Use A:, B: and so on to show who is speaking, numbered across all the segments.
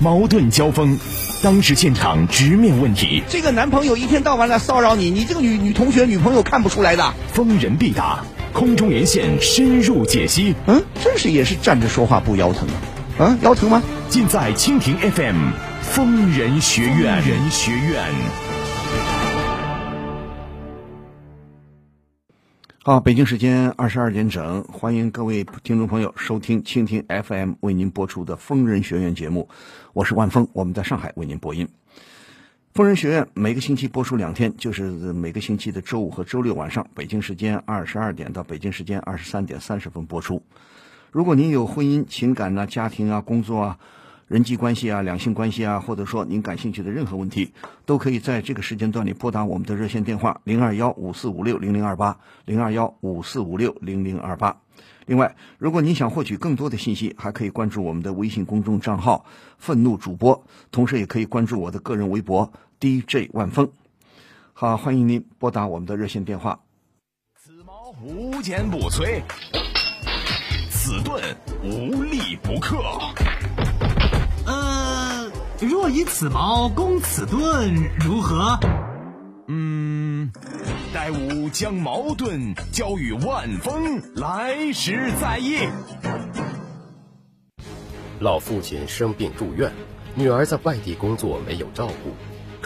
A: 矛盾交锋，当时现场直面问题，
B: 这个男朋友一天到晚来骚扰你，你这个女女同学、女朋友看不出来的。
A: 逢人必答，空中连线深入解析，
B: 嗯，真是也是站着说话不腰疼啊！啊，腰疼吗？
A: 尽在蜻蜓 FM 疯人学院。人学院，
B: 好，北京时间二十二点整，欢迎各位听众朋友收听蜻蜓 FM 为您播出的《疯人学院》节目，我是万峰，我们在上海为您播音。疯人学院每个星期播出两天，就是每个星期的周五和周六晚上，北京时间二十二点到北京时间二十三点三十分播出。如果您有婚姻、情感呐、家庭啊、工作啊、人际关系啊、两性关系啊，或者说您感兴趣的任何问题，都可以在这个时间段里拨打我们的热线电话零二幺五四五六零零二八零二幺五四五六零零二八。另外，如果您想获取更多的信息，还可以关注我们的微信公众账号“愤怒主播”，同时也可以关注我的个人微博 DJ 万峰。好，欢迎您拨打我们的热线电话
A: 此矛无坚不摧，此盾无力不克。
C: 呃，若以此矛攻此盾，如何？
A: 嗯，待吾将矛盾交与万峰，来时再议。
D: 老父亲生病住院，女儿在外地工作没有照顾。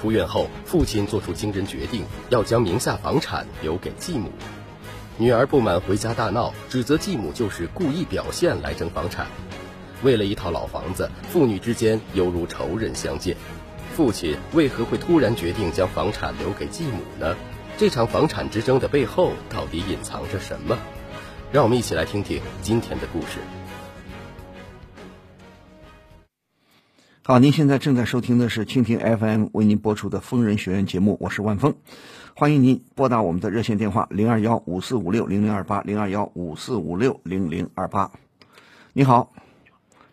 D: 出院后，父亲做出惊人决定，要将名下房产留给继母。女儿不满回家大闹，指责继母就是故意表现来争房产。为了一套老房子，父女之间犹如仇人相见。父亲为何会突然决定将房产留给继母呢？这场房产之争的背后到底隐藏着什么？让我们一起来听听今天的故事。
B: 好，您现在正在收听的是蜻蜓 FM 为您播出的《疯人学院》节目，我是万峰，欢迎您拨打我们的热线电话零二幺五四五六零零二八零二幺五四五六零零二八。你好，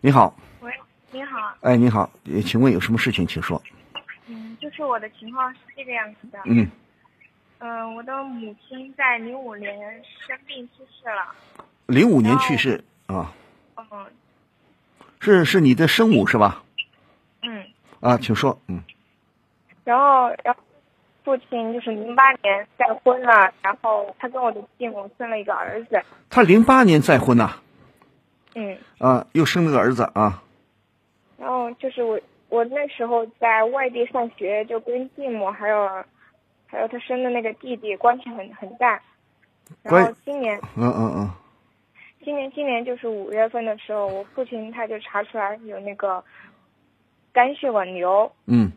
B: 你好，
E: 喂，你好，
B: 哎，你好，呃请问有什么事情，请说。
E: 嗯，就是我的情况是这个样子的，嗯、
B: 嗯，
E: 我的母亲在零五年生病去世了，
B: 零五年去世啊，
E: 嗯
B: 是是你的生母是吧？
E: 嗯，
B: 啊，请说，嗯，
E: 然后然后父亲就是零八年再婚了，然后他跟我的继母生了一个儿子，
B: 她零八年再婚呐、
E: 嗯，
B: 啊，又生了个儿子啊，
E: 然后就是我我那时候在外地上学，就跟继母还有还有他生的那个弟弟关系很很淡，然后
B: 关
E: 今年
B: 嗯嗯嗯，
E: 今年今年就是五月份的时候，我父亲他就查出来有那个肝血管瘤，
B: 嗯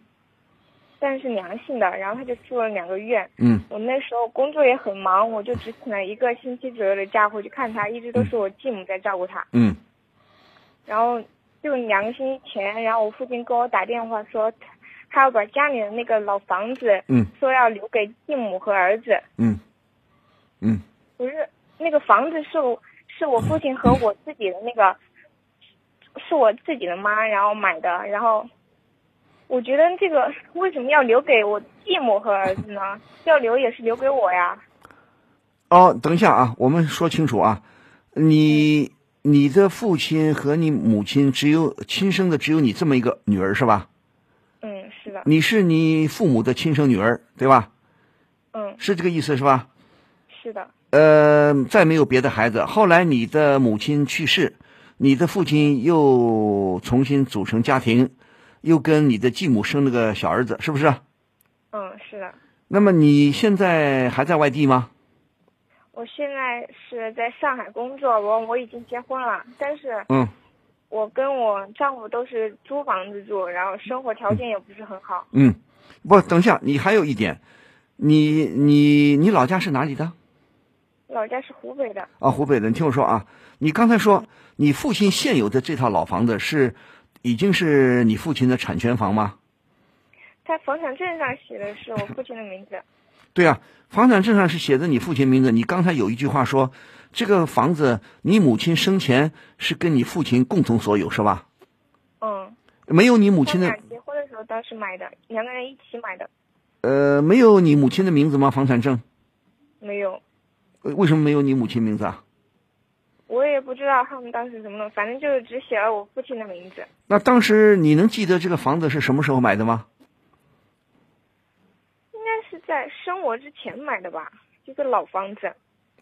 E: 但是良性的，然后他就住了两个月。
B: 嗯
E: 我那时候工作也很忙，我就只请了一个星期左右的假回去看他，一直都是我继母在照顾他。
B: 嗯
E: 然后就两个星期前，然后我父亲跟我打电话说，他他要把家里的那个老房子，
B: 嗯
E: 说要留给继母和儿子。
B: 嗯嗯
E: 不是那个房子是我是我父亲和我自己的那个，是我自己的妈然后买的，然后我觉得这个为什么要留给我继母和儿子呢？要留也是留给我呀。
B: 哦，等一下啊，我们说清楚啊，你你的父亲和你母亲只有亲生的只有你这么一个女儿是吧？
E: 嗯，是的，
B: 你是你父母的亲生女儿对吧？
E: 嗯，
B: 是这个意思是吧？
E: 是的，
B: 呃，再没有别的孩子。后来你的母亲去世，你的父亲又重新组成家庭，又跟你的继母生了个小儿子，是不是？
E: 嗯，是的。
B: 那么你现在还在外地吗？
E: 我现在是在上海工作，我我已经结婚了，但是
B: 嗯
E: 我跟我丈夫都是租房子住，然后生活条件也不是很好。
B: 嗯，不，等一下，你还有一点，你你你老家是哪里的？
E: 老家是湖北的，
B: 啊，湖北的，你听我说啊，你刚才说你父亲现有的这套老房子是已经是你父亲的产权房吗？
E: 他房产证上写的是我父亲的名字。
B: 对啊，房产证上是写着你父亲名字。你刚才有一句话说，这个房子你母亲生前是跟你父亲共同所有，是吧？
E: 嗯，
B: 没有你母
E: 他
B: 亲
E: 们
B: 的
E: 俩结婚的时候当时买的，两个人一起买的，
B: 呃，没有你母亲的名字吗？房产证、
E: 没有，
B: 呃为什么没有你母亲名字啊？
E: 我也不知道他们当时怎么弄，反正就是只写了我父亲的名字。
B: 那当时你能记得这个房子是什么时候买的吗？
E: 应该是在生我之前买的吧，一个老房子。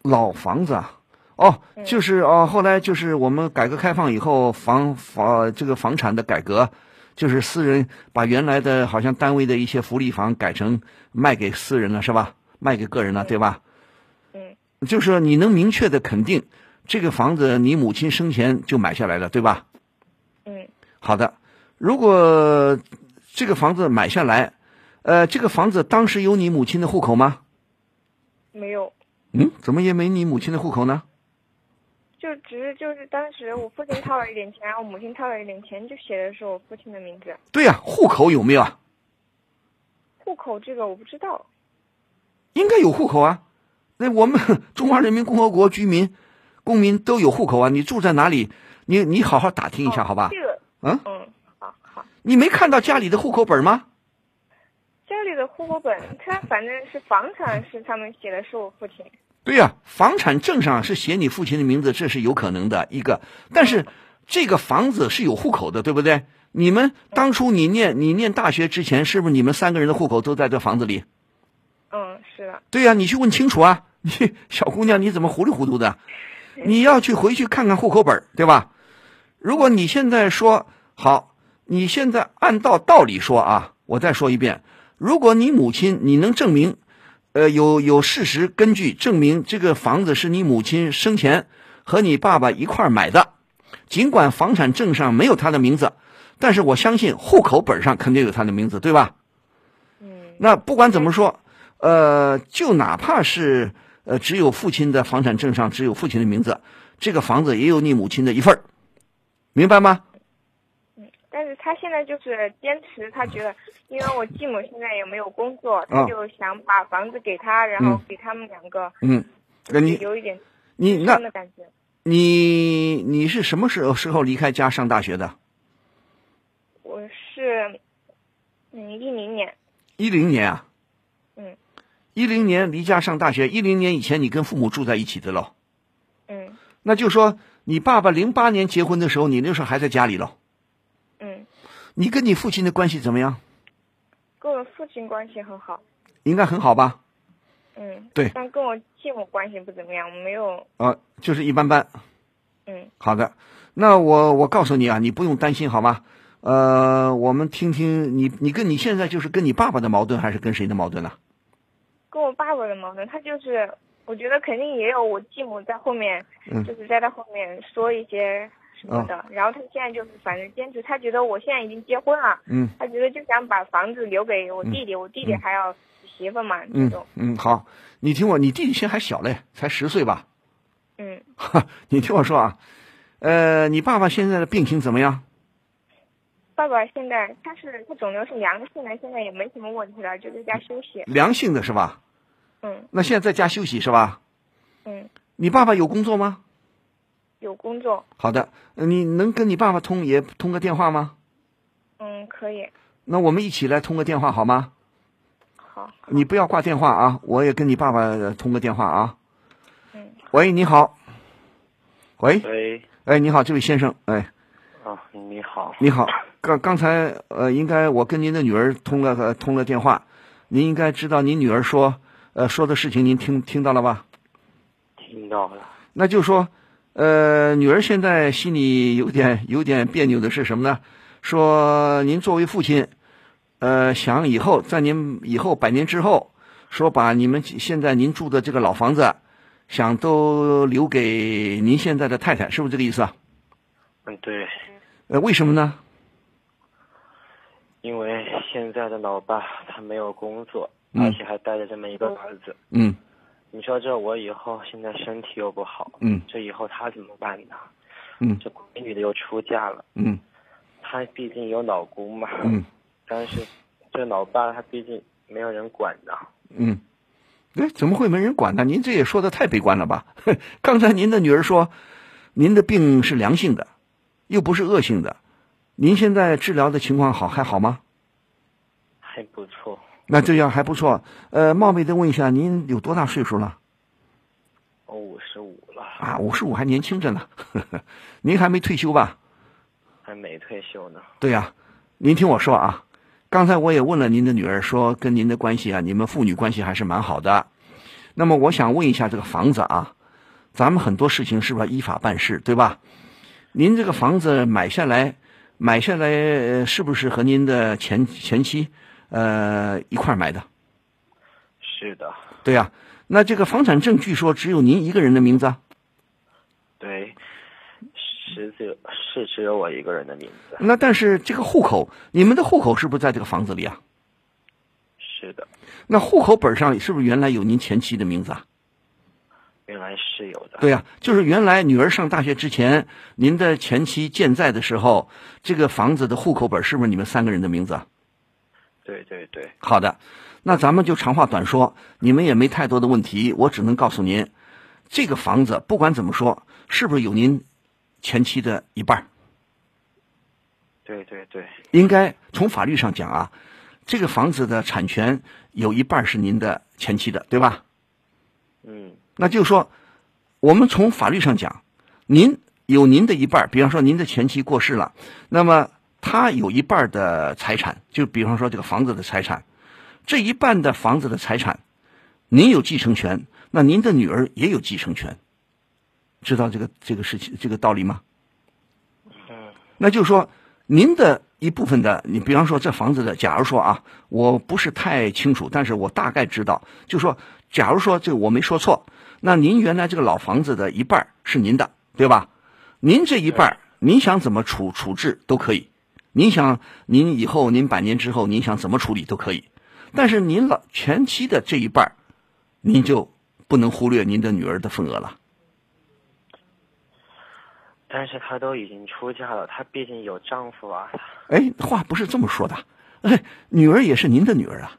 B: 老房子啊，哦，就是哦，后来就是我们改革开放以后，房房这个房产的改革，就是私人把原来的好像单位的一些福利房改成卖给私人了，啊是吧？卖给个人了，对吧？
E: 嗯，
B: 就是你能明确的肯定，这个房子你母亲生前就买下来了，对吧？
E: 嗯，
B: 好的，如果这个房子买下来，呃，这个房子当时有你母亲的户口吗？
E: 没有，
B: 嗯，怎么也没你母亲的户口呢？
E: 就只是就是当时我父亲掏了一点钱，然后我母亲掏了一点钱，就写的是我父亲的名字。
B: 对呀、户口有没有啊？
E: 户口这个我不知道，
B: 应该有户口啊。那我们 中华人民共和国居民、公民都有户口啊。你住在哪里？你你好好打听一下，好吧
E: 哦这？个，
B: 嗯
E: 嗯，好好。
B: 你没看到家里的户口本吗？
E: 家里的户口本，他反正是房产是他们写的，是我父亲。
B: 对呀、房产证上是写你父亲的名字，这是有可能的一个。但是这个房子是有户口的，对不对？你们当初你念你念大学之前，是不是你们三个人的户口都在这房子里？
E: 嗯，是的，
B: 对呀、你去问清楚啊！ 你小姑娘，你怎么糊里糊涂的？你要去回去看看户口本儿，对吧？如果你现在说好，你现在按照道理说啊，我再说一遍，如果你母亲你能证明，呃，有有事实根据证明这个房子是你母亲生前和你爸爸一块儿买的，尽管房产证上没有她的名字，但是我相信户口本上肯定有她的名字，对吧？
E: 嗯
B: 那不管怎么说，呃，就哪怕是呃只有父亲的房产证上只有父亲的名字，这个房子也有你母亲的一份儿，明白吗？
E: 嗯。但是他现在就是坚持，他觉得，因为我继母现在也没有工作，他
B: 啊
E: 就想把房子给他，然后给他们两个，
B: 嗯，呃你
E: 有一点
B: 你那
E: 亲的感觉。
B: 你你是什么时候时候离开家上大学的？
E: 我是，嗯，一零年，
B: 一零年啊。
E: 嗯。
B: 一零年离家上大学，一零年以前你跟父母住在一起的喽。
E: 嗯
B: 那就说你爸爸零八年结婚的时候，你那时候还在家里喽。
E: 嗯，
B: 你跟你父亲的关系怎么样？
E: 跟我父亲关系很好，
B: 应该很好吧？
E: 嗯，
B: 对
E: 但跟我继母关系不怎么样，没有，
B: 呃，就是一般般。
E: 嗯
B: 好的，那我我告诉你啊，你不用担心好吗？呃，我们听听你，你跟你现在就是跟你爸爸的矛盾，还是跟谁的矛盾呢、
E: 跟我爸爸的矛盾，他就是，我觉得肯定也有我继母在后面，
B: 嗯哦
E: 就是在他后面说一些什么的。然后他现在就是反正坚持，他觉得我现在已经结婚了，
B: 嗯
E: 他觉得就想把房子留给我弟弟，我弟弟还要媳妇嘛、
B: 嗯
E: 这种，
B: 嗯，好，你听我，你弟弟现在还小嘞，才十岁吧？
E: 嗯，
B: 你听我说啊，呃，你爸爸现在的病情怎么样？
E: 爸爸现在他是他肿瘤是良性的，现在也没什么问题了，就在家休息，
B: 良性的是吧？
E: 嗯
B: 那现在在家休息是吧？
E: 嗯，
B: 你爸爸有工作吗？
E: 有工作，
B: 好的，呃你能跟你爸爸通也通个电话吗？
E: 嗯，可以，
B: 那我们一起来通个电话好吗？
E: 好，
B: 你不要挂电话啊，我也跟你爸爸呃通个电话啊。
E: 嗯，
B: 喂，你好。喂，
F: 喂，
B: 哎，你好，这位先生，哎，
F: 啊，你好，
B: 你好，刚刚才呃，应该我跟您的女儿通了、呃、通了电话，您应该知道您女儿说呃说的事情，您听听到了吧？
F: 听到了，
B: 那就说，呃，女儿现在心里有点有点别扭的是什么呢？说您作为父亲，呃，想以后在您以后百年之后，说把你们现在您住的这个老房子，想都留给您现在的太太，是不是这个意思啊？
F: 嗯，对，
B: 呃，为什么呢？
F: 因为现在的老爸他没有工作，
B: 嗯
F: 而且还带着这么一个儿子，
B: 嗯
F: 你说这我以后现在身体又不好，
B: 嗯
F: 这以后他怎么办呢？
B: 嗯
F: 这闺女的又出嫁了，
B: 嗯
F: 她毕竟有老姑嘛，
B: 嗯
F: 但是这老爸他毕竟没有人管呐，
B: 嗯，哎，怎么会没人管呢？您这也说的太悲观了吧？ 刚才您的女儿说，您的病是良性的，又不是恶性的，您现在治疗的情况好还好吗？
F: 还不错，
B: 那这样还不错。呃，冒昧的问一下，您有多大岁数了？
F: 我五十五了，
B: 啊，五十五还年轻着呢， 您还没退休吧？
F: 还没退休呢。
B: 对呀、您听我说啊，刚才我也问了您的女儿，说跟您的关系啊，你们父女关系还是蛮好的。那么我想问一下这个房子啊，咱们很多事情是不是要依法办事，对吧？您这个房子买下来，买下来呃是不是和您的前前妻呃一块儿买的？
F: 是的，
B: 对呀、那这个房产证据说只有您一个人的名字啊，
F: 对，是只有是只有我一个人的名字。
B: 那但是这个户口，你们的户口是不是在这个房子里啊？
F: 是的，
B: 那户口本上是不是原来有您前妻的名字啊？
F: 原来是有的。
B: 对啊呀、就是原来女儿上大学之前，您的前妻健在的时候，这个房子的户口本是不是你们三个人的名字？啊？
F: 对对对，
B: 好的，那咱们就长话短说，你们也没太多的问题，我只能告诉您，这个房子不管怎么说，是不是有您前妻的一半儿？
F: 对对对，
B: 应该从法律上讲啊，这个房子的产权有一半儿是您的前妻的，对吧？
F: 嗯，
B: 那就是说，我们从法律上讲，您有您的一半儿，比方说您的前妻过世了，那么他有一半儿的财产，就比方说这个房子的财产，这一半的房子的财产，您有继承权，那您的女儿也有继承权，知道这个这个事情这个道理吗？那就是说，您的一部分的，你比方说这房子的，假如说啊，我不是太清楚，但是我大概知道，就说，假如说这我没说错，那您原来这个老房子的一半儿是您的，对吧？您这一半儿，您想怎么处处置都可以，您想您以后您百年之后您想怎么处理都可以，但是您老前妻的这一半儿，您就不能忽略您的女儿的份额了。
F: 但是她都已经出嫁了，她毕竟有丈夫啊。
B: 哎，话不是这么说的，哎，女儿也是您的女儿啊，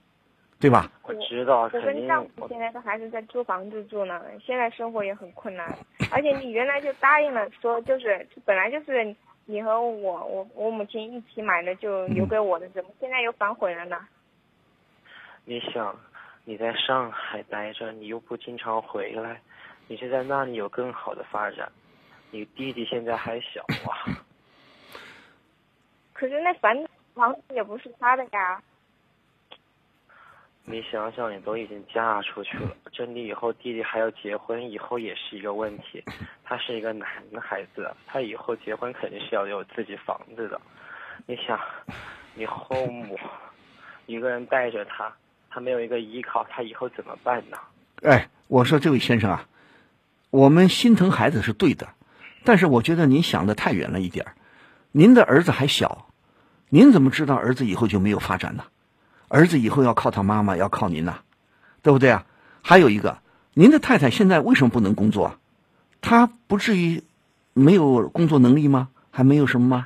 B: 对吧？
F: 我知道，
E: 我
F: 肯
E: 跟
F: 定
E: 丈夫
F: 我
E: 现在都还是在租房子住呢，现在生活也很困难。而且你原来就答应了说，就是本来就是你和我我我母亲一起买的，就留
F: 嗯
E: 给我的，怎么现在又反悔了呢？
F: 你想，你在上海待着，你又不经常回来，你是在那里有更好的发展。你弟弟现在还小啊，
E: 可是那房房子也不是他的呀，
F: 你想想，你都已经嫁出去了，这你以后弟弟还要结婚，以后也是一个问题。他是一个男孩子，他以后结婚肯定是要有自己房子的。你想，你后母一个人带着他，他没有一个依靠，他以后怎么办呢？
B: 哎，我说这位先生啊，我们心疼孩子是对的，但是我觉得您想的太远了一点儿。您的儿子还小，您怎么知道儿子以后就没有发展呢？儿子以后要靠他妈妈，要靠您呐、对不对啊？还有一个，您的太太现在为什么不能工作啊？她不至于没有工作能力吗？还没有什么吗？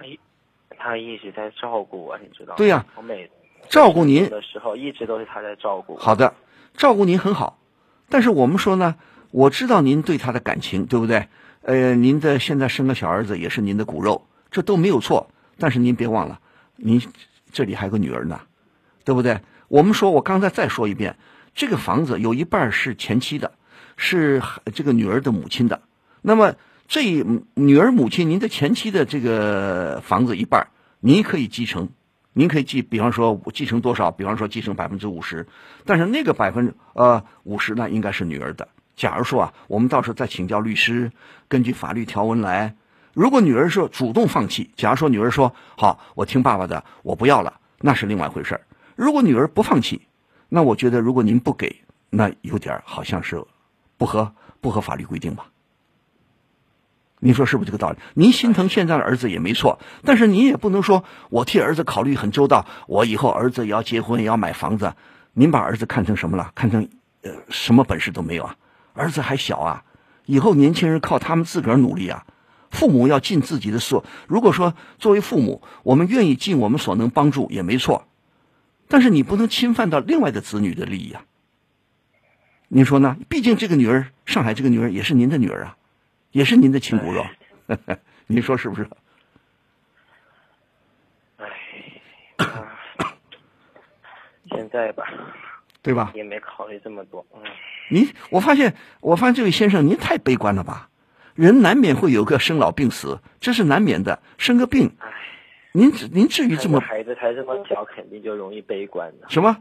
F: 他一直在照顾我，你知道吗？
B: 对呀
F: 我每
B: 照顾您
F: 生病的时候，一直都是他在照顾我。
B: 好的，照顾您很好，但是我们说呢，我知道您对他的感情，对不对？呃，您的现在生个小儿子也是您的骨肉，这都没有错。但是您别忘了，您这里还有个女儿呢，对不对？我们说，我刚才再说一遍，这个房子有一半儿是前妻的，是这个女儿的母亲的。那么这一女儿母亲，您的前妻的这个房子一半儿，您可以继承，您可以继，比方说继承多少？比方说继承百分之五十，但是那个百分之呃五十呢，应该是女儿的。假如说啊，我们到时候再请教律师，根据法律条文来。如果女儿说主动放弃，假如说女儿说好，我听爸爸的，我不要了，那是另外一回事儿。如果女儿不放弃，那我觉得如果您不给，那有点儿好像是不合不合法律规定吧。您说是不是这个道理？您心疼现在的儿子也没错，但是您也不能说我替儿子考虑很周到，我以后儿子也要结婚，也要买房子。您把儿子看成什么了？看成呃什么本事都没有啊？儿子还小啊，以后年轻人靠他们自个儿努力啊。父母要尽自己的所，如果说作为父母，我们愿意尽我们所能帮助也没错，但是你不能侵犯到另外的子女的利益啊。您说呢？毕竟这个女儿，上海这个女儿也是您的女儿啊。也是您的亲骨肉， 您说是不是？
F: 啊现在吧，
B: 对吧？
F: 也没考虑这么多。嗯，
B: 您，我发现，我发现这位先生您太悲观了吧？人难免会有个生老病死，这是难免的，生个病，您至您至于这
F: 看着
B: 么
F: 孩子才这么小，肯定就容易悲观的。
B: 什么？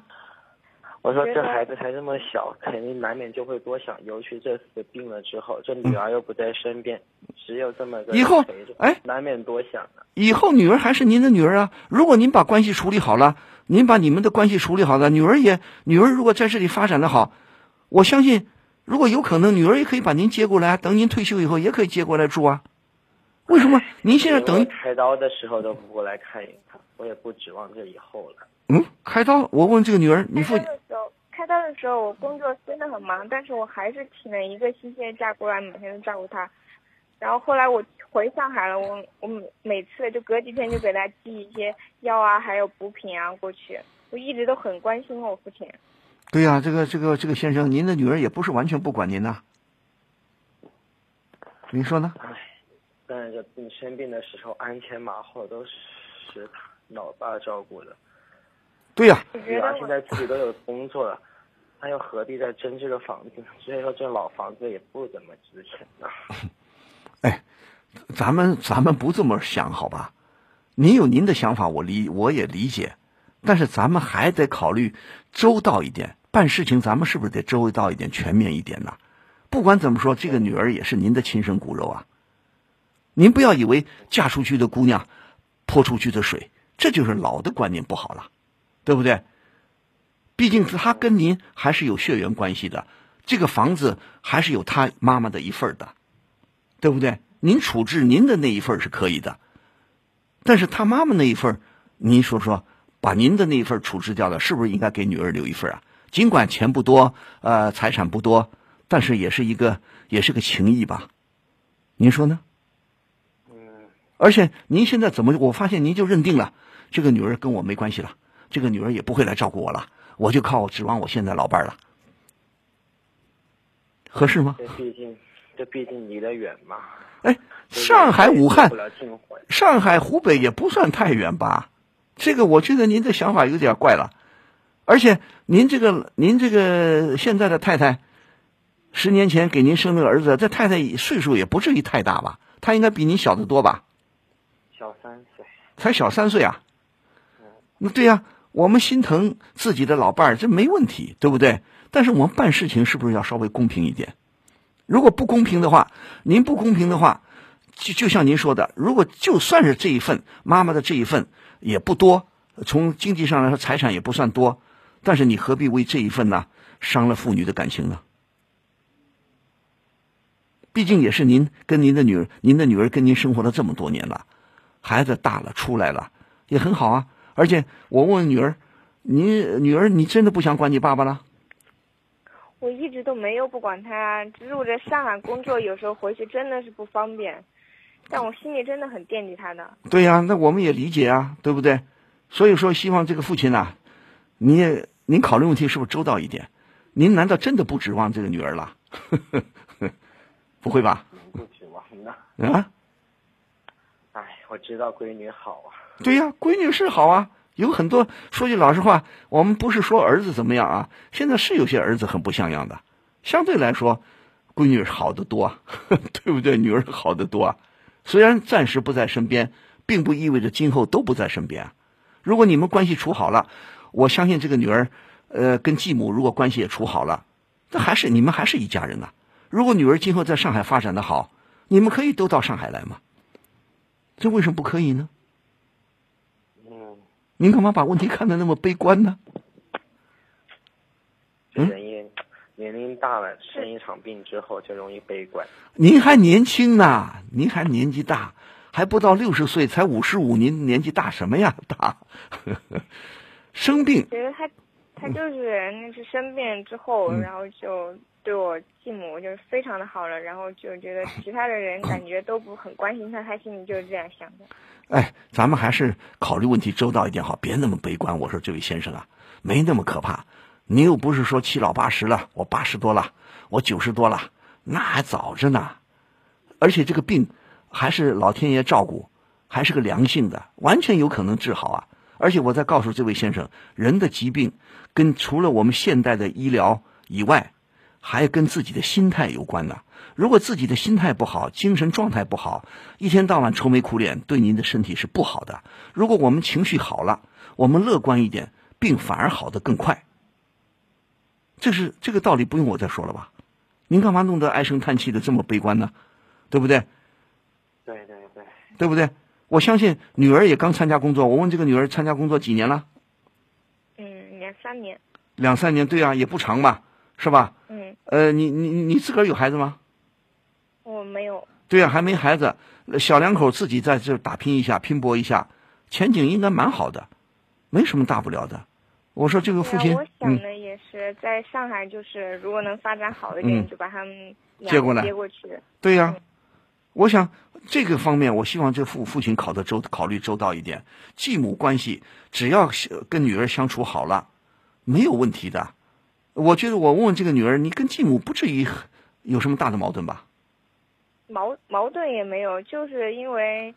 F: 我说
E: 觉
F: 这
E: 得
F: 孩子才这么小，肯定难免就会多想，尤其这次病了之后，这女儿又不在身边，只有这么个
B: 嗯以后
F: 人陪着，
B: 哎，
F: 难免多想啊。
B: 以后女儿还是您的女儿啊。如果您把关系处理好了，您把你们的关系处理好了，女儿也女儿如果在这里发展的好，我相信，如果有可能，女儿也可以把您接过来，等您退休以后也可以接过来住啊。为什么您现在
F: 因为
B: 等于
F: 哎我开刀的时候都不过来看一看，我也不指望这以后了。
B: 嗯开刀？我问这个女儿，你父
E: 开刀的时候，开刀的时候我工作真的很忙，但是我还是请了一个星期的假过来，每天都照顾他。然后后来我回上海了，我我每每次就隔几天就给他寄一些药啊，还有补品啊过去。我一直都很关心我父亲，
B: 对呀、这个这个这个先生，您的女儿也不是完全不管您呐、您说呢？
F: 但是这病生病的时候鞍前马后都是他老爸照顾的，
B: 对呀、
E: 我觉
F: 女
E: 得
F: 啊儿现
E: 我
F: 在自己都有工作了，她又何必再争这个房子呢？所以说这老房子也不怎么值钱啊呐、
B: 咱们咱们不这么想好吧？您有您的想法，我理我也理解，但是咱们还得考虑周到一点，办事情咱们是不是得周到一点、全面一点呢？不管怎么说，这个女儿也是您的亲生骨肉啊。您不要以为嫁出去的姑娘泼出去的水，这就是老的观念不好了，对不对？毕竟她跟您还是有血缘关系的，这个房子还是有她妈妈的一份儿的。对不对？您处置您的那一份儿是可以的，但是他妈妈那一份儿，您说说，把您的那一份儿处置掉了，是不是应该给女儿留一份儿啊？尽管钱不多，呃，财产不多，但是也是一个也是个情谊吧？您说呢？而且您现在怎么？我发现您就认定了这个女儿跟我没关系了，这个女儿也不会来照顾我了，我就靠指望我现在老伴儿了，合适吗？
F: 这毕竟这毕竟离得远嘛。
B: 哎，上海、武汉
F: 不了近乎
B: 上海、湖北也不算太远吧？这个我觉得您的想法有点怪了，而且您这个您这个现在的太太，十年前给您生了个儿子，这太太岁数也不至于太大吧？她应该比您小得多吧？
F: 小三岁。
B: 才小三岁啊。那对呀、我们心疼自己的老伴儿，这没问题，对不对？但是我们办事情是不是要稍微公平一点？如果不公平的话，您不公平的话，就就像您说的，如果就算是这一份妈妈的这一份也不多，从经济上来说财产也不算多，但是你何必为这一份呢伤了父女的感情呢？毕竟也是您跟您的女儿，您的女儿跟您生活了这么多年了，孩子大了出来了，也很好啊。而且我问女儿，你女儿你真的不想管你爸爸了？
E: 我一直都没有不管他啊，只是我在上海工作，有时候回去真的是不方便，但我心里真的很惦记他的。
B: 对呀、那我们也理解啊，对不对？所以说，希望这个父亲呐、啊你也您考虑问题是不是周到一点？您难道真的不指望这个女儿了？ 不会吧？
F: 不指望呢。
B: 啊，
F: 哎，我知道闺女好啊，
B: 对呀、闺女是好啊，有很多。说句老实话，我们不是说儿子怎么样啊，现在是有些儿子很不像样的，相对来说，闺女好得多，啊， 对不对？女儿好得多啊。虽然暂时不在身边，并不意味着今后都不在身边啊。如果你们关系处好了，我相信这个女儿，呃，跟继母如果关系也处好了，那还是你们还是一家人呐、如果女儿今后在上海发展的好，你们可以都到上海来嘛。这为什么不可以呢？
F: 嗯，
B: 您干嘛把问题看得那么悲观呢？嗯
F: 这人也年龄大了，生一场病之后就容易悲观。
B: 您还年轻呢，您还年纪大，还不到六十岁，才五十五，您年纪大什么呀？大， 生病
E: 觉得他，他
B: 嗯
E: 就是那是生病之后，然后就对我继母就是非常的好了，然后 就觉得其他的人感觉都不很关心他，他心里就是这样想的。
B: 哎，咱们还是考虑问题周到一点好，别那么悲观。我说这位先生啊，没那么可怕。您又不是说七老八十了，我八十多了，我九十多了，那还早着呢。而且这个病还是老天爷照顾，还是个良性的，完全有可能治好啊。而且我再告诉这位先生，人的疾病跟除了我们现代的医疗以外，还跟自己的心态有关呢。如果自己的心态不好，精神状态不好，一天到晚愁眉苦脸，对您的身体是不好的。如果我们情绪好了，我们乐观一点，病反而好得更快。这是这个道理，不用我再说了吧？您干嘛弄得唉声叹气的这么悲观呢？对不对？
F: 对对对，
B: 对不对？我相信女儿也刚参加工作，我问这个女儿参加工作几年了？
E: 嗯，两三年，
B: 两三年，对啊，也不长吧，是吧？
E: 嗯，
B: 呃，你你你自个儿有孩子吗？
E: 我没有，
B: 对呀、还没孩子，小两口自己在这打拼一下、拼搏一下，前景应该蛮好的，没什么大不了的。我说这个父
E: 对
B: 亲
E: 啊，我，想
B: 嗯，
E: 的也是在上海，就是如果能发展好一点，
B: 嗯
E: 就把他们俩
B: 接过来
E: 接过去。
B: 对呀、我想这个方面，我希望这父父亲考的周考虑周到一点，继母关系只要是跟女儿相处好了，没有问题的。我觉得我问问这个女儿，你跟继母不至于有什么大的矛盾吧？
E: 矛矛盾也没有，就是因为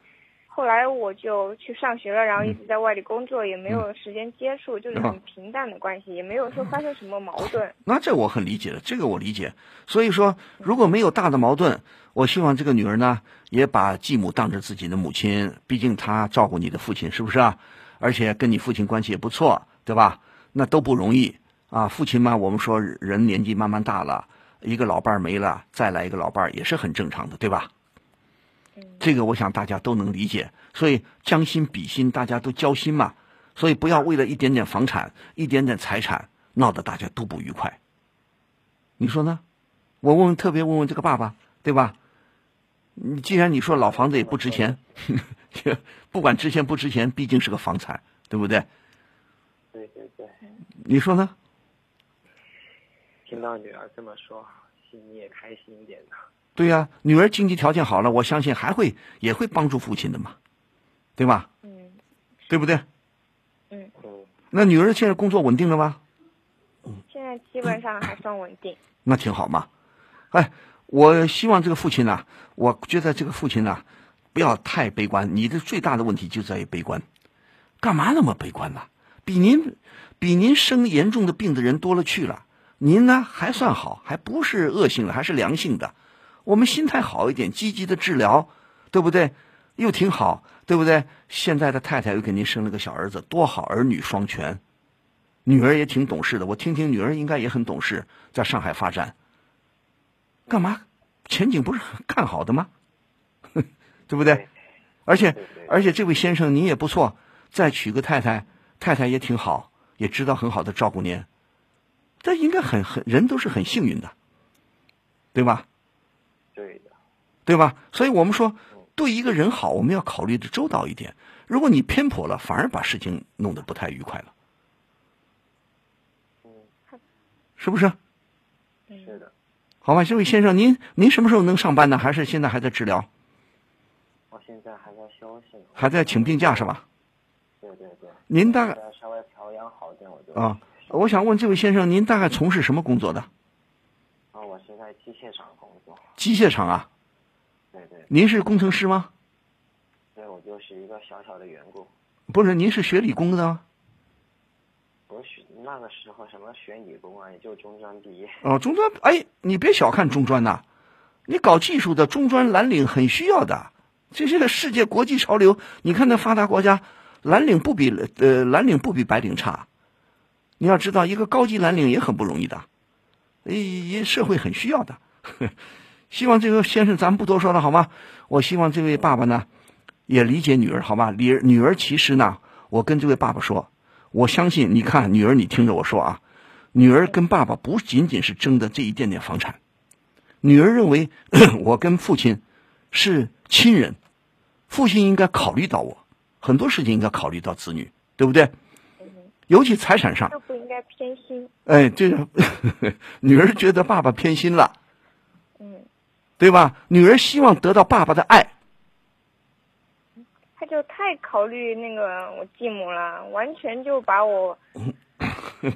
E: 后来我就去上学了，然
B: 嗯
E: 后一直在外地工作，也没有时间接触，就是
B: 是吧
E: 很平淡的关系，也没有说发生什么矛盾。
B: 那这我很理解的，这个我理解。所以说，如果没有大的矛盾，我希望这个女儿呢，也把继母当着自己的母亲，毕竟她照顾你的父亲，是不是啊？而且跟你父亲关系也不错，对吧？那都不容易啊。父亲嘛，我们说人年纪慢慢大了，一个老伴儿没了，再来一个老伴儿也是很正常的，对吧？这个我想大家都能理解，所以将心比心，大家都交心嘛，所以不要为了一点点房产、一点点财产闹得大家都不愉快。你说呢？我问问，特别问问这个爸爸，对吧？你既然你说老房子也不值钱，不管值钱不值钱，毕竟是个房产，对不对？
F: 对对对，
B: 你说呢？
F: 听到女儿这么说，心里也开心一点呢。
B: 对呀、女儿经济条件好了，我相信还会也会帮助父亲的嘛，对吧？
E: 嗯，
B: 对不对？
F: 嗯，
B: 那女儿现在工作稳定了吗？
E: 现在基本上还算稳定。
B: 那挺好嘛。哎，我希望这个父亲呐、我觉得这个父亲呐、不要太悲观。你的最大的问题就在于悲观，干嘛那么悲观呢、比您比您生严重的病的人多了去了，您呢还算好，还不是恶性的，还是良性的。我们心态好一点，积极的治疗，对不对？又挺好，对不对？现在的太太又给您生了个小儿子，多好，儿女双全。女儿也挺懂事的，我听听女儿应该也很懂事，在上海发展，干嘛？前景不是很看好的吗？ 对不对
F: 对？
B: 而且
F: 对对
B: 而且这位先生您也不错，再娶个太太，太太也挺好，也知道很好的照顾您，这应该很很人都是很幸运的，对吧？
F: 对的，
B: 对吧？所以我们说，对一个人好，我们要考虑的周到一点。如果你偏颇了，反而把事情弄得不太愉快了，
F: 嗯
B: 是不是？
E: 嗯
F: 是的，
B: 好吧，这位先生，您您什么时候能上班呢？还是现在还在治疗，
F: 我现在还在休息呢。
B: 还在请病假是吧？
F: 对对对，
B: 您大概
F: 再稍微调养好一点，我就
B: 啊，我想问这位先生，您大概从事什么工作的？
F: 啊，我是在机械厂工作。
B: 机械厂啊？
F: 对对，
B: 您是工程师吗？
F: 所以我就是一个小小的员工。
B: 不是，您是学理工的吗？
F: 我学那个时候什么学理工啊，也就中专毕业。
B: 哦，中专，哎，你别小看中专呐、你搞技术的中专蓝领很需要的，这是个世界国际潮流。你看那发达国家，蓝领不比呃蓝领不比白领差，你要知道一个高级蓝领也很不容易的，也也社会很需要的。 希望这个先生咱们不多说了好吗？我希望这位爸爸呢也理解女儿好吗？女儿女儿其实呢，我跟这位爸爸说，我相信你看女儿，你听着我说啊，女儿跟爸爸不仅仅是争的这一点点房产，女儿认为 我跟父亲是亲人，父亲应该考虑到我，很多事情应该考虑到子女，对不对？尤其财产上，
E: 就不应该偏心。
B: 哎，这个 女儿觉得爸爸偏心了，
E: 嗯，
B: 对吧？女儿希望得到爸爸的爱，
E: 他就太考虑那个我继母了，完全就把我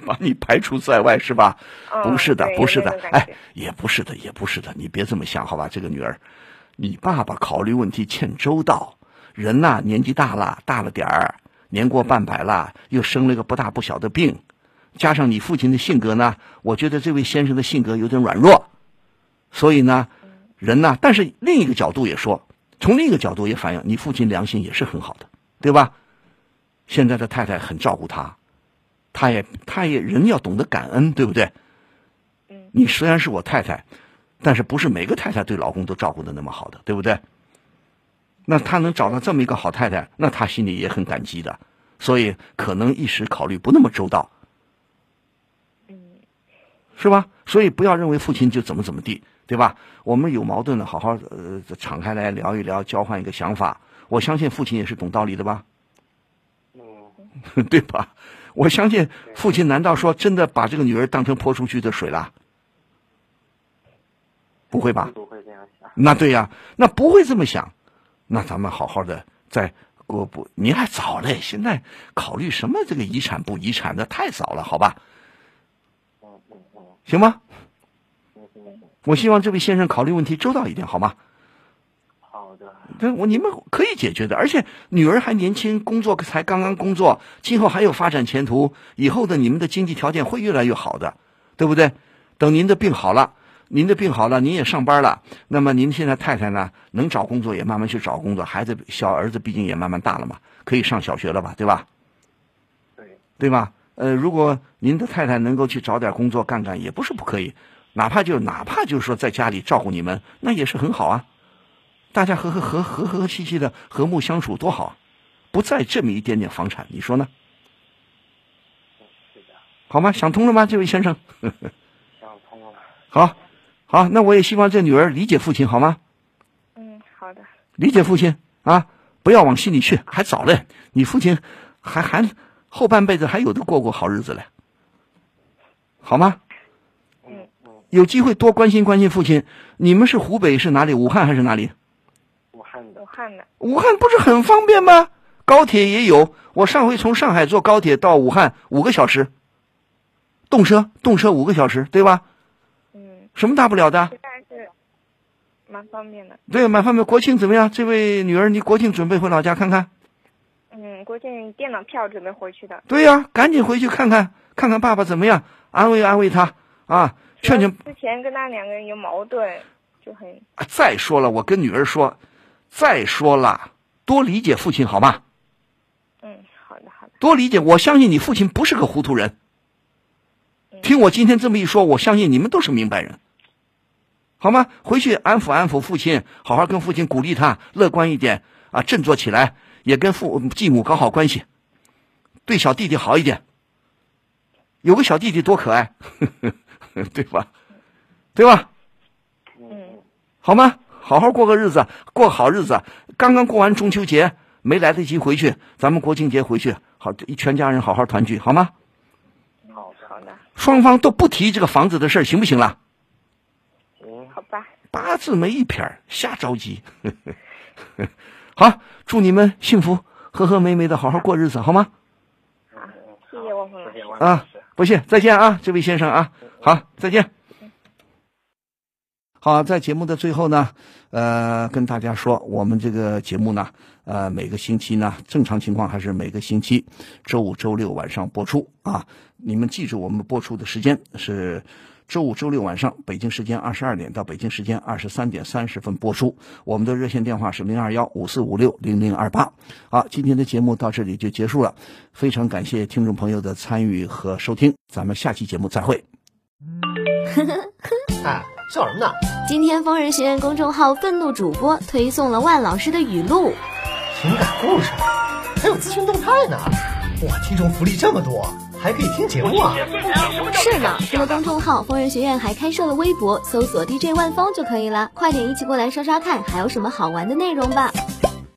B: 把你排除在外是吧？
E: 嗯
B: 不是的
E: 对，
B: 不是
E: 有
B: 的
E: 那种，感
B: 哎
E: 觉，
B: 也不是的，也不是的，你别这么想好吧？这个女儿，你爸爸考虑问题欠周到，人呐、年纪大了，大了点儿，年过半百了，又生了个不大不小的病，加上你父亲的性格呢，我觉得这位先生的性格有点软弱，所以呢，
E: 嗯
B: 人呢，但是另一个角度也说，从另一个角度也反映你父亲良心也是很好的，对吧？现在的太太很照顾他，他也他也人要懂得感恩，对不对？你虽然是我太太，但是不是每个太太对老公都照顾的那么好的，对不对？那他能找到这么一个好太太，那他心里也很感激的，所以可能一时考虑不那么周到，
E: 嗯
B: 是吧？所以不要认为父亲就怎么怎么地，对吧？我们有矛盾的，好好呃敞开来聊一聊，交换一个想法。我相信父亲也是懂道理的吧，
F: 嗯，
B: 对吧？我相信父亲难道说真的把这个女儿当成泼出去的水啦？不会吧？
F: 不会这样想。
B: 那对呀、那不会这么想，那咱们好好的再过不，你还早嘞，现在考虑什么这个遗产不遗产的太早了，好吧？
F: 嗯嗯嗯
B: 行吗？
F: 嗯嗯，
B: 我希望这位先生考虑问题周到一点，好吗？
F: 好的，
B: 这我你们可以解决的，而且女儿还年轻，工作才刚刚工作，今后还有发展前途，以后的你们的经济条件会越来越好的，对不对？等您的病好了，您的病好了，您也上班了，那么您现在太太呢，能找工作也慢慢去找工作，孩子小儿子毕竟也慢慢大了嘛，可以上小学了吧，对吧？
F: 对，
B: 对吧？呃，如果您的太太能够去找点工作干干，也不是不可以，哪怕就哪怕就是说在家里照顾你们，那也是很好啊。大家和和和和和气气的和睦相处多好啊，不再这么一点点房产，你说呢？
F: 是的，
B: 好吗？想通了吗，这位先生？
F: 想通了。
B: 好，好，那我也希望这女儿理解父亲，好吗？
E: 嗯，好的，
B: 理解父亲啊，不要往心里去，还早嘞。你父亲还还后半辈子还有的过过好日子嘞，好吗？
F: 嗯嗯，
B: 有机会多关心关心父亲。你们是湖北是哪里？武汉还是哪里？
F: 武汉
E: 武
F: 的，
E: 汉的，
B: 武汉不是很方便吗？高铁也有。我上回从上海坐高铁到武汉五个小时，动车动车五个小时，对吧？
E: 嗯，
B: 什么大不了的
E: 实？在是蛮方便的。
B: 对，蛮方便。国庆怎么样？这位女儿，你国庆准备回老家看看？
E: 嗯，国庆电脑票准备回去的，
B: 对呀、赶紧回去看看，看看爸爸怎么样，安慰安慰他啊，劝劝
E: 之前跟他两个人有矛盾，就很
B: 啊再说了，我跟女儿说，再说了，多理解父亲好吗？
E: 嗯，好的好的，
B: 多理解。我相信你父亲不是个糊涂人。听我今天这么一说，我相信你们都是明白人，好吗？回去安抚安抚父亲，好好跟父亲鼓励他，乐观一点啊，振作起来，也跟父嗯继母搞好关系，对小弟弟好一点。有个小弟弟多可爱， 对吧？对吧？
E: 嗯
B: 好吗？好好过个日子，过好日子。刚刚过完中秋节，没来得及回去，咱们国庆节回去，好，一全家人好好团聚，好吗？
F: 好的
E: 好的，
B: 双方都不提这个房子的事儿，行不行啦？
F: 行，
E: 好吧，
B: 八字没一撇儿，瞎着急。好，祝你们幸福，和和美美的，好好过日子，好吗？
F: 嗯
E: 谢谢王峰老
F: 谢
E: 师
F: 谢王老
B: 啊
F: 师。，
B: 不谢，再见啊，这位先生啊，好，再见。好，在节目的最后呢，呃，跟大家说，我们这个节目呢，呃，每个星期呢，正常情况还是每个星期周五、周六晚上播出啊。你们记住，我们播出的时间是周五、周六晚上，北京时间二十二点到北京时间二十三点三十分播出。我们的热线电话是零二幺五四五六零零二八。好，今天的节目到这里就结束了，非常感谢听众朋友的参与和收听，咱们下期节目再会。
C: 哎，笑什么呢？
G: 今天疯人学院公众号愤怒主播推送了万老师的语录，
C: 情感故事，还有资讯动态呢。哇，听众福利这么多，还可以听节目啊！
G: 是呢，除了公众号，疯人学院还开设了微博，搜索 DJ 万峰就可以了。快点一起过来刷刷看，还有什么好玩的内容吧。